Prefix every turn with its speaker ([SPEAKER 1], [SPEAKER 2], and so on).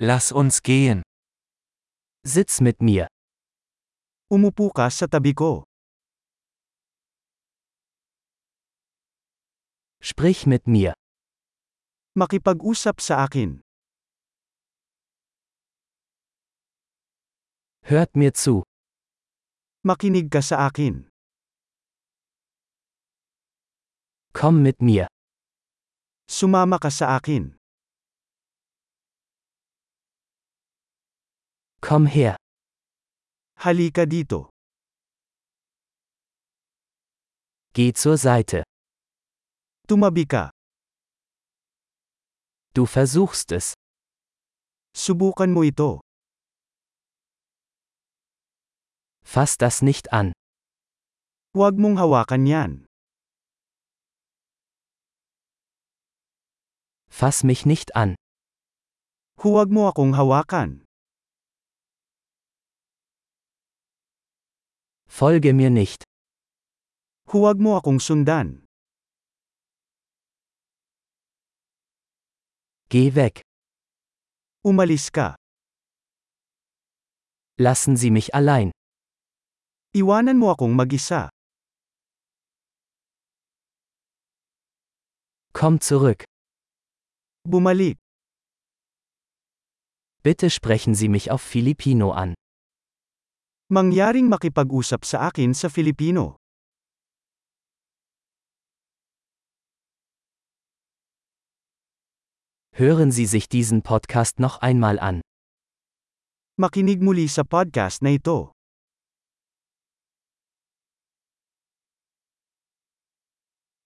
[SPEAKER 1] Lass uns gehen.
[SPEAKER 2] Sitz mit mir.
[SPEAKER 3] Umupo ka sa tabi ko.
[SPEAKER 2] Sprich mit mir.
[SPEAKER 3] Makipag-usap sa akin.
[SPEAKER 2] Hört mir zu.
[SPEAKER 3] Makinig ka sa akin.
[SPEAKER 2] Komm mit mir.
[SPEAKER 3] Sumama ka sa akin.
[SPEAKER 2] Komm her.
[SPEAKER 3] Halika dito.
[SPEAKER 2] Geh zur Seite.
[SPEAKER 3] Tumabi ka.
[SPEAKER 2] Du versuchst es.
[SPEAKER 3] Subukan mo ito.
[SPEAKER 2] Fass das nicht an.
[SPEAKER 3] Huwag mong hawakan yan.
[SPEAKER 2] Fass mich nicht an.
[SPEAKER 3] Huwag mo akong hawakan.
[SPEAKER 2] Folge mir nicht.
[SPEAKER 3] Huwag mo akong sundan.
[SPEAKER 2] Geh weg.
[SPEAKER 3] Umalis ka.
[SPEAKER 2] Lassen Sie mich allein.
[SPEAKER 3] Iwanan mo akong mag-isa.
[SPEAKER 2] Komm zurück.
[SPEAKER 3] Bumalik.
[SPEAKER 2] Bitte sprechen Sie mich auf Filipino an.
[SPEAKER 3] Mangyaring makipag-usap sa akin sa Filipino.
[SPEAKER 2] Hören Sie sich diesen Podcast noch einmal an.
[SPEAKER 3] Makinig muli sa podcast na ito.